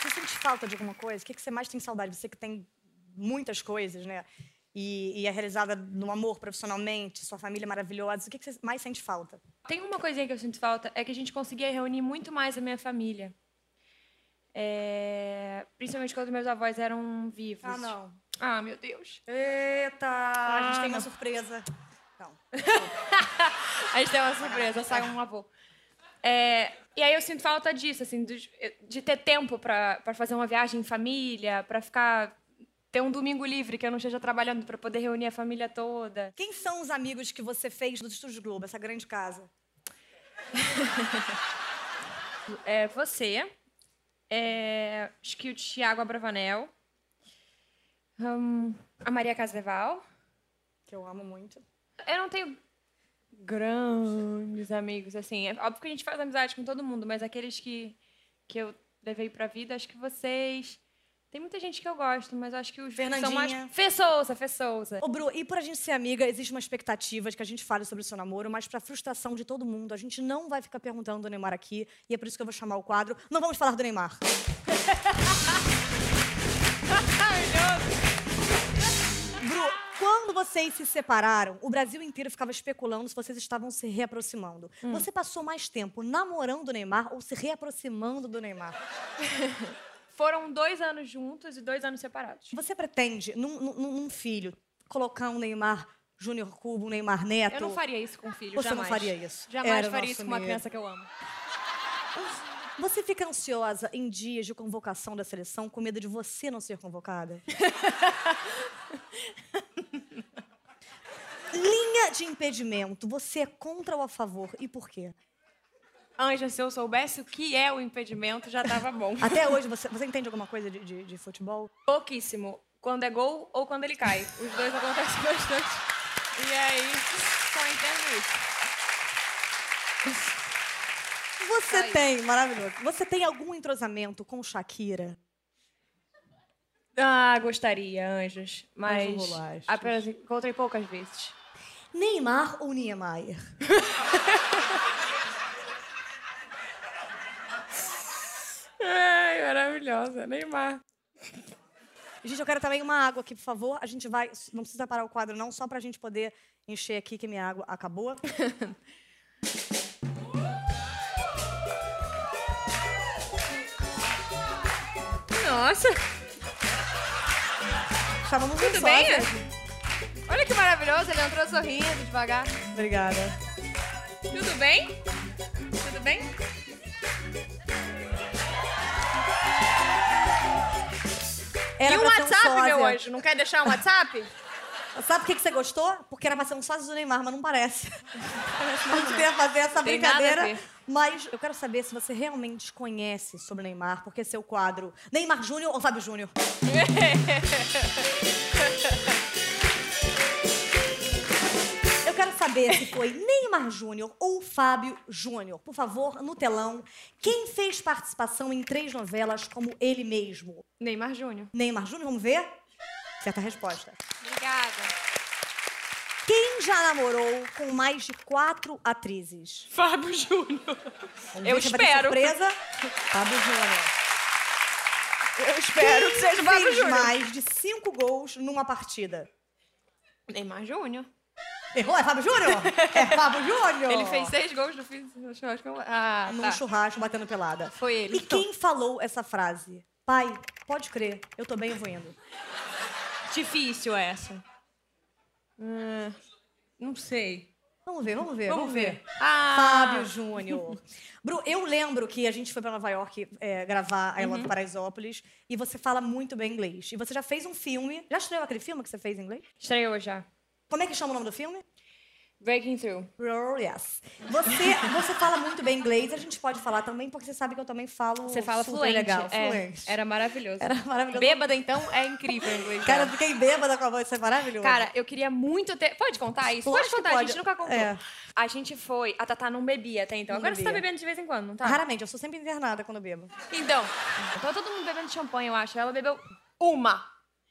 Speaker 1: Você sente falta de alguma coisa? O que, que você mais tem saudade? Você que tem muitas coisas, né? E, e é realizada no amor profissionalmente, sua família é maravilhosa. O que, que você mais sente falta?
Speaker 3: Tem uma coisinha que eu sinto falta, é que a gente conseguia reunir muito mais a minha família. É, Principalmente quando meus avós eram vivos. Ah, meu Deus.
Speaker 1: Eita, Ah, a gente tem uma surpresa. Não.
Speaker 3: A gente tem uma surpresa, sai um avô. É, E aí eu sinto falta disso, assim, dos- de ter tempo pra pra fazer uma viagem em família, pra ficar... Ter um domingo livre que eu não esteja trabalhando pra poder reunir a família toda.
Speaker 1: Quem são os amigos que você fez dos Estúdios Globo, essa grande casa?
Speaker 3: É você. É, acho que o Tiago Abravanel. hum, a Maria Casdeval.
Speaker 1: Que eu amo muito.
Speaker 3: Eu não tenho grandes amigos, assim. É óbvio que a gente faz amizade com todo mundo, mas aqueles que, que eu levei pra vida, acho que vocês. Tem muita gente que eu gosto, mas acho que os que são mais.
Speaker 1: Fernandinha.
Speaker 3: Fê Souza, Fê Souza.
Speaker 1: Ô, Bru, e por a gente ser amiga, existe uma expectativa de que a gente fale sobre o seu namoro, mas pra frustração de todo mundo, a gente não vai ficar perguntando do Neymar aqui, e é por isso que eu vou chamar o quadro Não Vamos Falar do Neymar. Bru, quando vocês se separaram, o Brasil inteiro ficava especulando se vocês estavam se reaproximando. Você passou mais tempo namorando o Neymar ou se reaproximando do Neymar?
Speaker 3: Foram dois anos juntos e dois anos separados.
Speaker 1: Você pretende, num, num- num filho, colocar um Neymar Júnior Cubo, um Neymar Neto?
Speaker 3: Eu não faria isso com um filho,
Speaker 1: Você não
Speaker 3: jamais.
Speaker 1: faria isso.
Speaker 3: Jamais
Speaker 1: Era o
Speaker 3: faria
Speaker 1: nosso
Speaker 3: isso com uma
Speaker 1: medo.
Speaker 3: criança que eu amo.
Speaker 1: Você fica ansiosa em dias de convocação da seleção com medo de você não ser convocada? Linha de impedimento. Você é contra ou a favor? E por quê?
Speaker 3: Anja, se eu soubesse o que é o impedimento, já tava bom.
Speaker 1: Até hoje, você, você entende alguma coisa de, de- de futebol?
Speaker 3: Pouquíssimo. Quando é gol ou quando ele cai. Os dois acontecem bastante. E aí, só entendo isso.
Speaker 1: Você tem, maravilhoso. Você tem algum entrosamento com Shakira?
Speaker 3: Ah, gostaria, anjos. Mas
Speaker 1: Anjo Rolachos.
Speaker 3: apenas encontrei poucas vezes.
Speaker 1: Neymar ou Niemeyer?
Speaker 3: Ai, maravilhosa. Neymar.
Speaker 1: Gente, eu quero também uma água aqui, por favor. A gente vai. Não precisa parar o quadro, não, só pra gente poder encher aqui, que minha água acabou.
Speaker 3: Nossa,
Speaker 1: Chamamos um
Speaker 3: tudo bem? Anjo? Olha que maravilhoso, ele entrou sorrindo devagar.
Speaker 1: Obrigada.
Speaker 3: Tudo bem? Tudo bem?
Speaker 1: Era
Speaker 3: e um
Speaker 1: pra ser um
Speaker 3: WhatsApp, meu
Speaker 1: sósia.
Speaker 3: anjo? Não quer deixar um WhatsApp?
Speaker 1: Sabe por que que você gostou? Porque era pra ser um sócio do Neymar, mas não parece. A gente queria fazer essa
Speaker 3: Tem nada a
Speaker 1: brincadeira.
Speaker 3: ver.
Speaker 1: Mas eu quero saber se você realmente conhece sobre o Neymar, porque seu quadro Neymar Júnior ou Fábio Júnior? Eu quero saber se foi Neymar Júnior ou Fábio Júnior. Por favor, no telão, quem fez participação em três novelas como ele mesmo?
Speaker 3: Neymar Júnior.
Speaker 1: Neymar Júnior, vamos ver? Certa resposta.
Speaker 3: Obrigada.
Speaker 1: Quem já namorou com mais de quatro atrizes?
Speaker 3: Fábio Júnior.
Speaker 1: Vamos
Speaker 3: Eu
Speaker 1: ver se vai ter
Speaker 3: espero.
Speaker 1: Surpresa? Fábio Júnior.
Speaker 2: Eu espero.
Speaker 1: Quem fez
Speaker 3: Fábio Júnior.
Speaker 1: mais de cinco gols numa partida?
Speaker 3: Neymar Júnior.
Speaker 1: Errou? É Fábio Júnior? É Fábio Júnior!
Speaker 3: Ele fez seis gols no fim do churrasco. Ah,
Speaker 1: Num
Speaker 3: tá.
Speaker 1: churrasco batendo pelada.
Speaker 3: Foi ele. então.
Speaker 1: E quem falou essa frase? Pai, pode crer, eu tô bem, eu vou indo.
Speaker 3: Difícil essa. Hum, não sei.
Speaker 1: Vamos ver, vamos ver,
Speaker 3: Vamos ver. Ah.
Speaker 1: Fábio Júnior. Bru, eu lembro que a gente foi pra Nova York é, gravar a
Speaker 3: Uhum.
Speaker 1: Ela do Paraisópolis e você fala muito bem inglês. E você já fez um filme. Já estreou aquele filme que você fez em inglês?
Speaker 3: Estreou já.
Speaker 1: Como é que chama o nome do filme?
Speaker 3: Breaking Through.
Speaker 1: Roar, Yes. Você, você fala muito bem inglês, a gente pode falar também, porque você sabe que eu também falo.
Speaker 3: Você fala
Speaker 1: super
Speaker 3: fluente.
Speaker 1: legal,
Speaker 3: É,
Speaker 1: fluente.
Speaker 3: Era maravilhoso.
Speaker 1: Era maravilhoso.
Speaker 3: Bêbada, então, é incrível em inglês.
Speaker 1: Cara, eu
Speaker 3: dela.
Speaker 1: fiquei bêbada com a voz, isso é maravilhoso.
Speaker 3: Cara, eu queria muito ter. Pode contar isso?
Speaker 1: Lógico
Speaker 3: pode contar,
Speaker 1: que
Speaker 3: a
Speaker 1: pode.
Speaker 3: gente nunca contou.
Speaker 1: É.
Speaker 3: A gente foi. A Tatá não bebia até então.
Speaker 1: Não
Speaker 3: Agora você tá
Speaker 1: bebia.
Speaker 3: bebendo de vez em quando, não tá?
Speaker 1: Raramente, eu sou sempre internada quando bebo.
Speaker 3: Então, tá todo mundo bebendo champanhe, eu acho. Ela bebeu uma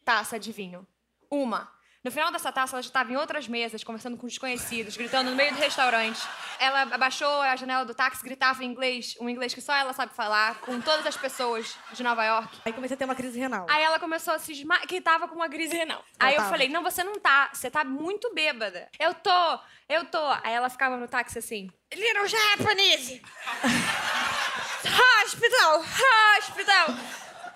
Speaker 3: taça de vinho. Uma. No final dessa taça, ela já estava em outras mesas, conversando com desconhecidos, gritando no meio do restaurante. Ela abaixou a janela do táxi, gritava em inglês, um inglês que só ela sabe falar, com todas as pessoas de Nova York.
Speaker 1: Aí comecei a ter uma crise renal.
Speaker 3: Aí ela começou a cismar que tava com uma crise renal. Aí eu
Speaker 1: tava.
Speaker 3: falei, não, você não tá, você tá muito bêbada. Eu tô, eu tô. Aí ela ficava no táxi assim, Little Japanese! hospital, hospital!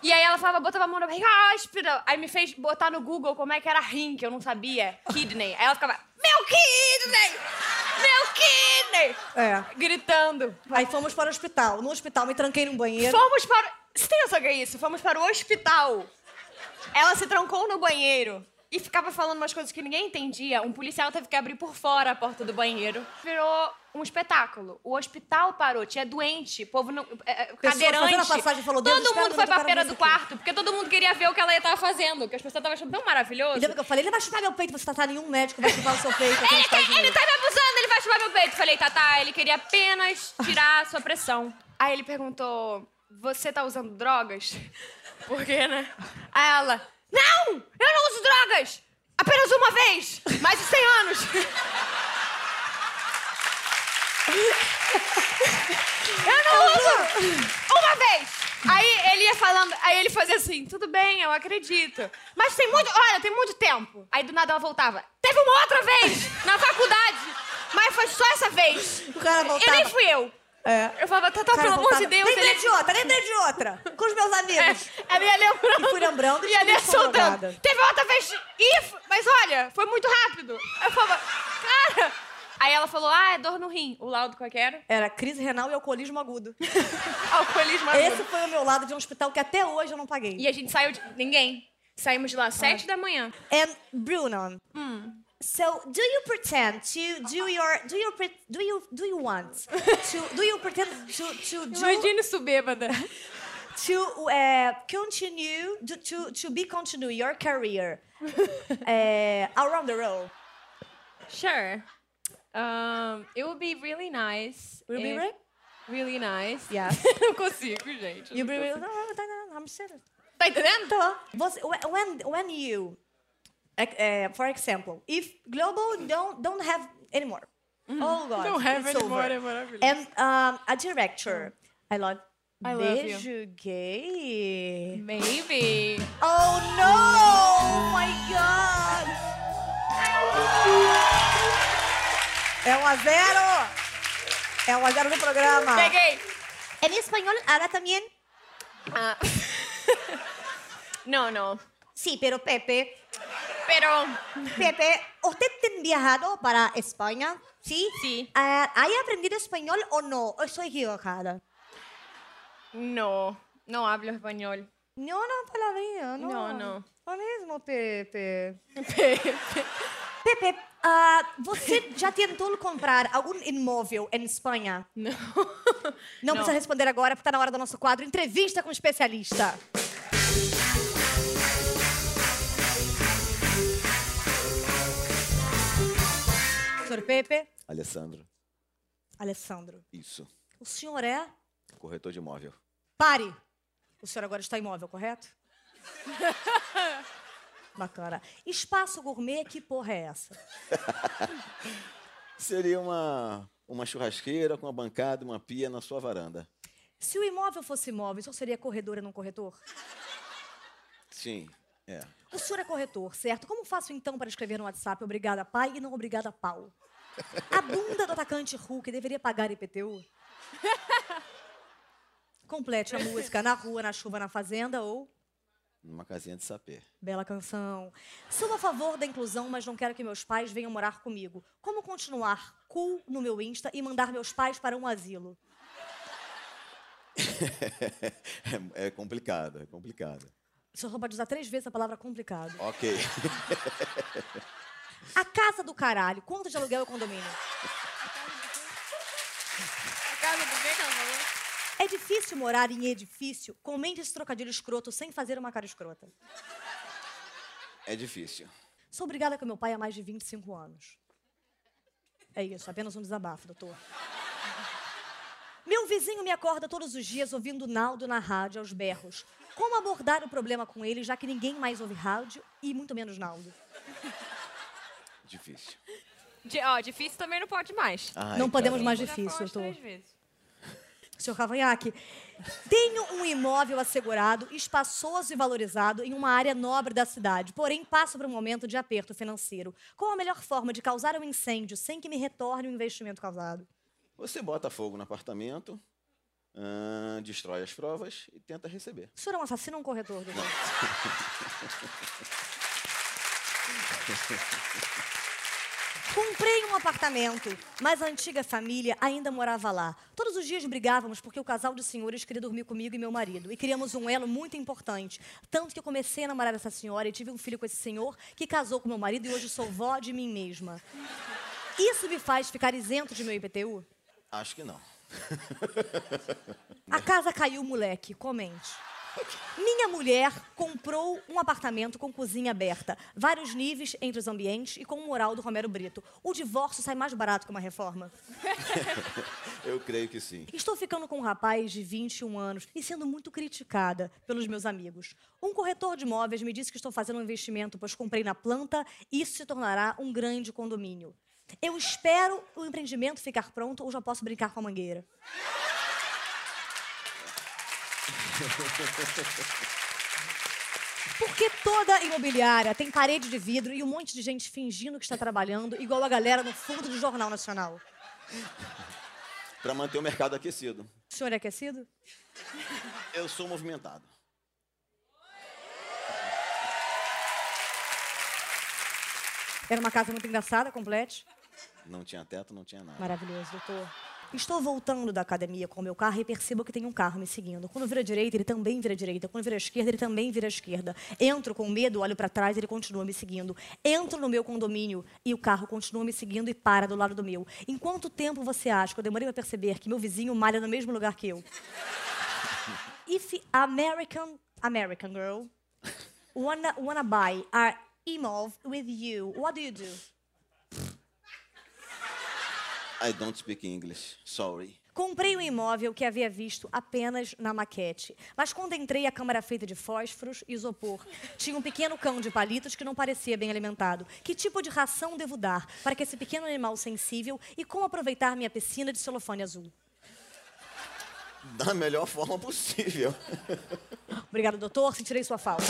Speaker 3: E aí ela falava, botava a mão na barriga, hospital! Aí me fez botar no Google como é que era rim, que eu não sabia, kidney. Aí ela ficava, meu kidney! Meu kidney!
Speaker 1: É.
Speaker 3: Gritando.
Speaker 1: Aí fomos para o hospital. No hospital, me tranquei num banheiro.
Speaker 3: Fomos para. Você tem noção que é isso? Fomos para o hospital. Ela se trancou no banheiro e ficava falando umas coisas que ninguém entendia. Um policial teve que abrir por fora a porta do banheiro. Virou um espetáculo. O hospital parou. Tinha doente, povo no, é, é,
Speaker 1: fazendo a
Speaker 3: cadeirante.
Speaker 1: passagem, falou, "Deus,
Speaker 3: todo
Speaker 1: espera
Speaker 3: mundo
Speaker 1: um
Speaker 3: foi
Speaker 1: minuto, eu
Speaker 3: pra
Speaker 1: quero
Speaker 3: feira
Speaker 1: ver
Speaker 3: do
Speaker 1: isso aqui."
Speaker 3: quarto, porque todo mundo queria ver o que ela estava fazendo, que as pessoas estavam achando tão maravilhoso.
Speaker 1: E lembra que eu falei, ele vai chupar meu peito, você tá, tá nenhum médico vai chupar o seu peito aqui nos
Speaker 3: Ele tá,
Speaker 1: Estados Unidos.
Speaker 3: ele tá me abusando, ele vai chupar meu peito. Falei, Tatá, ele queria apenas tirar a sua pressão. Aí ele perguntou: Você tá usando drogas? Por quê, né? Aí ela: Não! Eu não uso drogas! Apenas uma vez! Mais de 100 anos! Eu não uso! Uma vez! Aí ele ia falando, aí ele fazia assim, tudo bem, eu acredito. Mas tem muito. Olha, tem muito tempo. Aí do nada ela voltava. Teve uma outra vez na faculdade! Mas foi só essa vez!
Speaker 1: O cara
Speaker 3: E
Speaker 1: voltava.
Speaker 3: nem fui eu!
Speaker 1: É.
Speaker 3: Eu falava, Tatá,
Speaker 1: O cara
Speaker 3: pelo amor
Speaker 1: voltava,
Speaker 3: de Deus,
Speaker 1: Lembrei
Speaker 3: ele.
Speaker 1: de outra, lembrei de outra. Com os meus amigos.
Speaker 3: É, ela ia lembrando.
Speaker 1: E fui lembrando e
Speaker 3: e ela ia
Speaker 1: descobri que sou
Speaker 3: soltando.
Speaker 1: drogada.
Speaker 3: Teve outra vez. E, f- mas olha, foi muito rápido. Eu falava, cara. Aí ela falou, ah, é dor no rim. O laudo qual que era?
Speaker 1: Era crise renal e alcoolismo agudo.
Speaker 3: Alcoolismo
Speaker 1: Esse
Speaker 3: agudo.
Speaker 1: foi o meu lado de um hospital que até hoje eu não paguei.
Speaker 3: E a gente saiu de... Ninguém. Saímos de lá às
Speaker 1: Ah.
Speaker 3: sete da manhã.
Speaker 1: And Bruno.
Speaker 3: Hum.
Speaker 1: So, do you pretend to do your do you pre- do you do you want to do you pretend to to do
Speaker 3: isso bêbada.
Speaker 1: to uh, continue to, to to be continue your career eh, around the world?
Speaker 3: Sure. Um, it would be really nice.
Speaker 1: Will be
Speaker 3: if-
Speaker 1: right?
Speaker 3: Really nice.
Speaker 1: Yeah.
Speaker 3: não consigo, gente.
Speaker 1: You
Speaker 3: não
Speaker 1: be real?
Speaker 3: consigo.
Speaker 1: No, no, no, no, I'm serious.
Speaker 3: Tá entendendo?
Speaker 1: Então, você- whe- uh, when when you like, eh, for example, if global don't don't have anymore. Oh God,
Speaker 3: Mm-hmm. Don't have
Speaker 1: it's
Speaker 3: anymore,
Speaker 1: over.
Speaker 3: é maravilhoso.
Speaker 1: And um, a director. I love.
Speaker 3: I love you.
Speaker 1: Beijo gay.
Speaker 3: Maybe.
Speaker 1: Oh no! My God! É um a zero! É um a zero no programa.
Speaker 3: Peguei.
Speaker 1: Em espanhol, ahora también.
Speaker 3: Ah. não, não.
Speaker 1: Sí, pero Pepe,
Speaker 3: Pero,
Speaker 1: Pepe, ¿usted ha viajado para España? Sí.
Speaker 3: Sí.
Speaker 1: Ah, ¿Hay aprendido español o no? ¿O estoy equivocada?
Speaker 3: no. Não hablo espanhol.
Speaker 1: No, no, palabrinha, no.
Speaker 3: No, no.
Speaker 1: Não mesmo, Pepe.
Speaker 3: Pepe.
Speaker 1: Pepe, ah, você já tentou comprar algum imóvel em Espanha?
Speaker 3: Não.
Speaker 1: Não, precisa responder agora, porque tá na hora do nosso quadro Entrevista com o Especialista. Senhor Pepe,
Speaker 7: Alessandro,
Speaker 1: Alessandro,
Speaker 7: isso.
Speaker 1: o senhor é?
Speaker 7: Corretor de imóvel.
Speaker 1: Pare! O senhor agora está imóvel, correto? Bacana. Espaço gourmet, que porra é essa?
Speaker 7: Seria uma, uma churrasqueira com uma bancada e uma pia na sua varanda.
Speaker 1: Se o imóvel fosse imóvel, o senhor seria corredor e não corretor?
Speaker 7: Sim, é.
Speaker 1: O senhor é corretor, certo? Como faço então para escrever no WhatsApp obrigada pai e não obrigada pau? A bunda do atacante Hulk deveria pagar IPTU? Complete a música na rua, na chuva, na fazenda ou
Speaker 7: Numa casinha de sapê.
Speaker 1: bela canção. Sou a favor da inclusão, mas não quero que meus pais venham morar comigo. Como continuar cool no meu Insta e mandar meus pais para um asilo?
Speaker 7: É, é complicado, é complicado.
Speaker 1: O senhor só pode usar três vezes a palavra complicado.
Speaker 7: Ok.
Speaker 1: A casa do caralho, quanto de aluguel é o condomínio? É difícil morar em edifício? Comente esse trocadilho escroto sem fazer uma cara escrota.
Speaker 7: É difícil.
Speaker 1: Sou obrigada com meu pai há mais de 25 anos. É isso, apenas um desabafo, doutor. Meu vizinho me acorda todos os dias ouvindo Naldo na rádio aos berros. Como abordar o problema com ele, já que ninguém mais ouve rádio e muito menos Naldo?
Speaker 7: Difícil.
Speaker 3: Di- Ó, difícil também não pode mais.
Speaker 7: Ai,
Speaker 1: Não podemos
Speaker 7: caramba.
Speaker 1: mais
Speaker 3: Já foi
Speaker 1: difícil,
Speaker 3: umas
Speaker 1: doutor.
Speaker 3: três vezes.
Speaker 1: Senhor Cavanhaque, tenho um imóvel assegurado, espaçoso e valorizado em uma área nobre da cidade, porém passo por um momento de aperto financeiro. Qual a melhor forma de causar um incêndio sem que me retorne o investimento causado?
Speaker 7: Você bota fogo no apartamento, ahn, destrói as provas e tenta receber.
Speaker 1: O senhor é um assassino ou um corretor? doutor? Comprei um apartamento, mas a antiga família ainda morava lá. Todos os dias brigávamos porque o casal de senhores queria dormir comigo e meu marido. E criamos um elo muito importante. Tanto que eu comecei a namorar essa senhora e tive um filho com esse senhor que casou com meu marido e hoje sou vó de mim mesma. Isso me faz ficar isento de meu IPTU?
Speaker 7: Acho que não.
Speaker 1: A casa caiu, moleque. Comente. Minha mulher comprou um apartamento com cozinha aberta, vários níveis entre os ambientes e com o moral do Romero Brito. O divórcio sai mais barato que uma reforma.
Speaker 7: Eu creio que sim.
Speaker 1: Estou ficando com um rapaz de 21 anos e sendo muito criticada pelos meus amigos. Um corretor de imóveis me disse que estou fazendo um investimento, pois comprei na planta e isso se tornará um grande condomínio. Eu espero o empreendimento ficar pronto ou já posso brincar com a mangueira. Porque toda imobiliária tem parede de vidro e um monte de gente fingindo que está trabalhando, igual a galera no fundo do Jornal Nacional.
Speaker 7: Para manter o mercado aquecido.
Speaker 1: O senhor é aquecido?
Speaker 7: Eu sou movimentado.
Speaker 1: Era uma casa muito engraçada, complete.
Speaker 7: Não tinha teto, não tinha nada.
Speaker 1: Maravilhoso, doutor. Estou voltando da academia com o meu carro e percebo que tem um carro me seguindo. Quando vira à direita, ele também vira à direita. Quando vira à esquerda, ele também vira à esquerda. Entro com medo, olho para trás, ele continua me seguindo. Entro no meu condomínio e o carro continua me seguindo e para do lado do meu. Em quanto tempo você acha que eu demorei para perceber que meu vizinho malha no mesmo lugar que eu? If American American girl wanna wanna buy are involved with you, what do you do?
Speaker 7: I don't speak English. Sorry.
Speaker 1: Comprei um imóvel que havia visto apenas na maquete. Mas quando entrei, a cama era feita de fósforos e isopor. Tinha um pequeno cão de palitos que não parecia bem alimentado. Que tipo de ração devo dar para que esse pequeno animal sensível e como aproveitar minha piscina de celofane azul?
Speaker 7: Da melhor forma possível.
Speaker 1: Obrigada, doutor. Sentirei sua falta.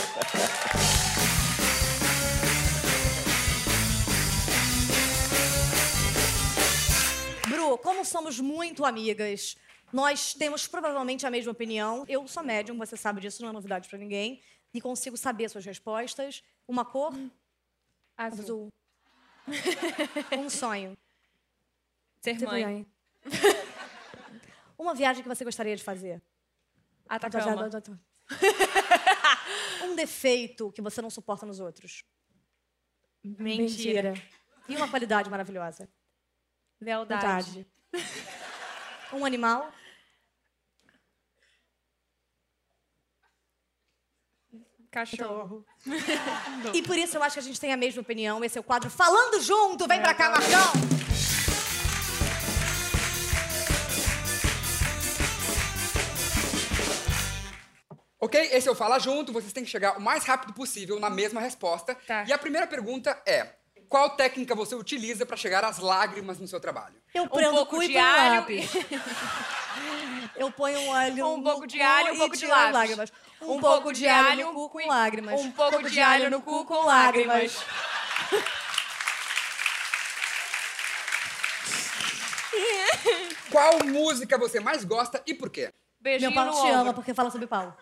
Speaker 1: Bru, como somos muito amigas, nós temos provavelmente a mesma opinião. Eu sou médium, você sabe disso, não é novidade pra ninguém. E consigo saber suas respostas. Uma cor,
Speaker 6: Azul.
Speaker 1: um sonho. Tipo,
Speaker 3: Ser mãe.
Speaker 1: Uma viagem que você gostaria de fazer.
Speaker 3: Atacama.
Speaker 1: Um defeito que você não suporta nos outros.
Speaker 3: Mentira.
Speaker 1: E uma qualidade maravilhosa.
Speaker 3: Lealdade.
Speaker 1: Vontade. Um animal.
Speaker 3: Cachorro.
Speaker 1: E por isso eu acho que a gente tem a mesma opinião. Esse é o quadro Falando Junto. Vem pra cá, Marcão!
Speaker 4: Ok? Esse é o Fala Junto. Vocês têm que chegar o mais rápido possível na mesma resposta.
Speaker 6: Tá.
Speaker 4: E a primeira pergunta é: qual técnica você utiliza para chegar às lágrimas no seu trabalho?
Speaker 1: Eu
Speaker 3: Um
Speaker 1: prendo o Então, cu
Speaker 3: pouco
Speaker 1: e
Speaker 3: de
Speaker 1: ponho um
Speaker 3: alho.
Speaker 1: lápis. Eu ponho um alho
Speaker 3: Um
Speaker 1: no
Speaker 3: pouco de
Speaker 1: cu
Speaker 3: alho, um
Speaker 1: e
Speaker 3: pouco de
Speaker 1: tiro
Speaker 3: lápis.
Speaker 1: lágrimas. Um, pouco, de alho no cu com lágrimas.
Speaker 3: Um pouco de alho no cu com lágrimas.
Speaker 4: Qual música você mais gosta e por quê?
Speaker 3: Beijinho
Speaker 1: Meu pau
Speaker 3: no
Speaker 1: te
Speaker 3: ombro.
Speaker 1: ama porque fala sobre pau.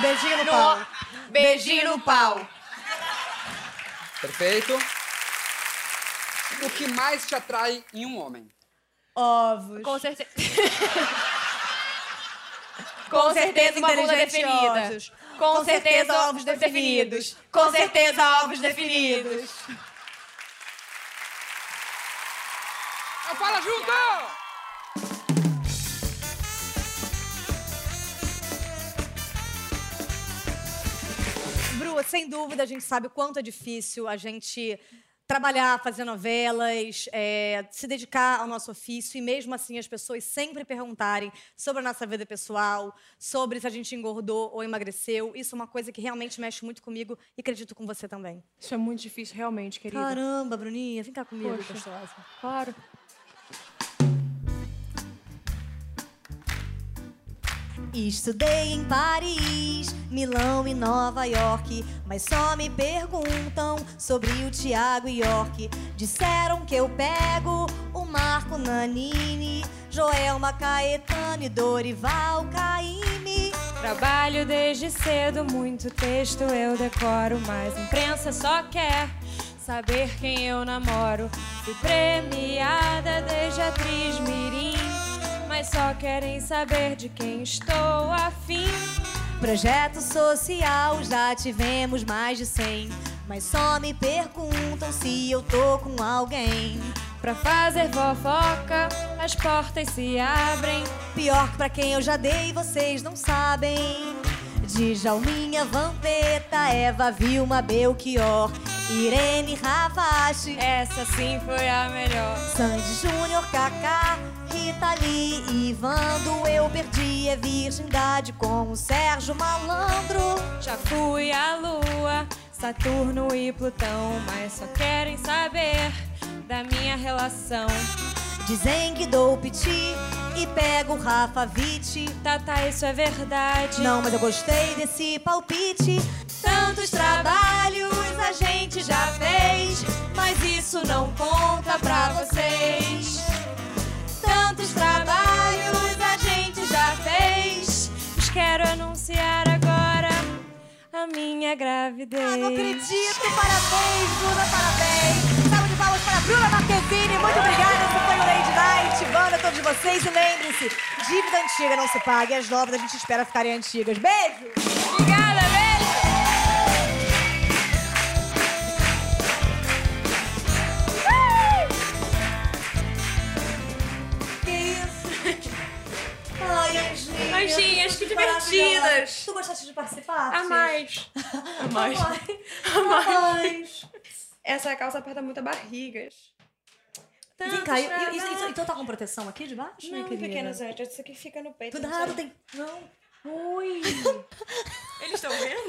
Speaker 1: Beijinho no,
Speaker 3: No-
Speaker 1: pau.
Speaker 3: Beijinho no pau.
Speaker 4: Perfeito. O que mais te atrai em um homem?
Speaker 1: Ovos.
Speaker 3: Com certeza. Com certeza uma bunda
Speaker 1: inteligente
Speaker 3: definida.
Speaker 1: ovos.
Speaker 3: Com certeza ovos definidos. Com certeza ovos definidos.
Speaker 4: Eu fala junto!
Speaker 1: Bru, sem dúvida, a gente sabe o quanto é difícil a gente trabalhar, fazer novelas, é, se dedicar ao nosso ofício e mesmo assim as pessoas sempre perguntarem sobre a nossa vida pessoal, sobre se a gente engordou ou emagreceu. Isso é uma coisa que realmente mexe muito comigo e acredito com você também.
Speaker 6: Isso é muito difícil, realmente, querida.
Speaker 1: Caramba, Bruninha, vem cá comigo,
Speaker 6: Poxa.
Speaker 1: gostosa.
Speaker 6: Claro.
Speaker 1: Estudei em Paris, Milão e Nova York, mas só me perguntam sobre o Tiago York. Disseram que eu pego o Marco Nanini, Joelma Caetano e Dorival Caymmi.
Speaker 3: Trabalho desde cedo, muito texto eu decoro, mas imprensa só quer saber quem eu namoro. Fui premiada desde atriz mirim, mas só querem saber de quem estou afim.
Speaker 1: Projeto social já tivemos mais de 100, mas só me perguntam se eu tô com alguém.
Speaker 3: Pra fazer fofoca, as portas se abrem.
Speaker 1: Pior que pra quem eu já dei, vocês não sabem. Djalminha, Vampeta, Eva, Vilma, Belchior, Irene, Ravache,
Speaker 3: Essa sim foi a melhor.
Speaker 1: Sandy Júnior, Kaká, Rita Lee, Ivando. Eu perdi a virgindade com o Sérgio Malandro.
Speaker 3: Já fui à lua, Saturno e Plutão, mas só querem saber da minha relação.
Speaker 1: Dizem que dou piti e pego o Rafa Witt.
Speaker 3: Tata, isso é verdade.
Speaker 1: Não, mas eu gostei desse palpite. Tantos trabalhos a gente já fez, mas isso não conta pra vocês.
Speaker 3: Tantos trabalhos a gente já fez. Mas quero anunciar agora a minha gravidez.
Speaker 1: Ah, não acredito! Parabéns, Bruna, parabéns! Salve de palmas para Bruna Marquezine, muito obrigada!
Speaker 5: vocês e lembrem-se, dívida antiga não se paga e as novas a gente espera ficarem antigas. Beijo!
Speaker 3: Obrigada, beijo!
Speaker 1: Que isso? Ai, Anjinhas.
Speaker 3: Anjinhas, que
Speaker 1: maravilhosas.
Speaker 3: divertidas.
Speaker 1: Tu gostaste de participar?
Speaker 3: A mais. A mais. A
Speaker 1: Mas...
Speaker 3: Essa calça aperta muito a barriga.
Speaker 1: Vem cá, eu- eu- isso- isso- então tá com proteção aqui debaixo?
Speaker 3: Não,
Speaker 1: minha querida?
Speaker 3: pequenas anjos, isso aqui fica no peito.
Speaker 1: Cuidado, tem... Não.
Speaker 3: Eles estão vendo?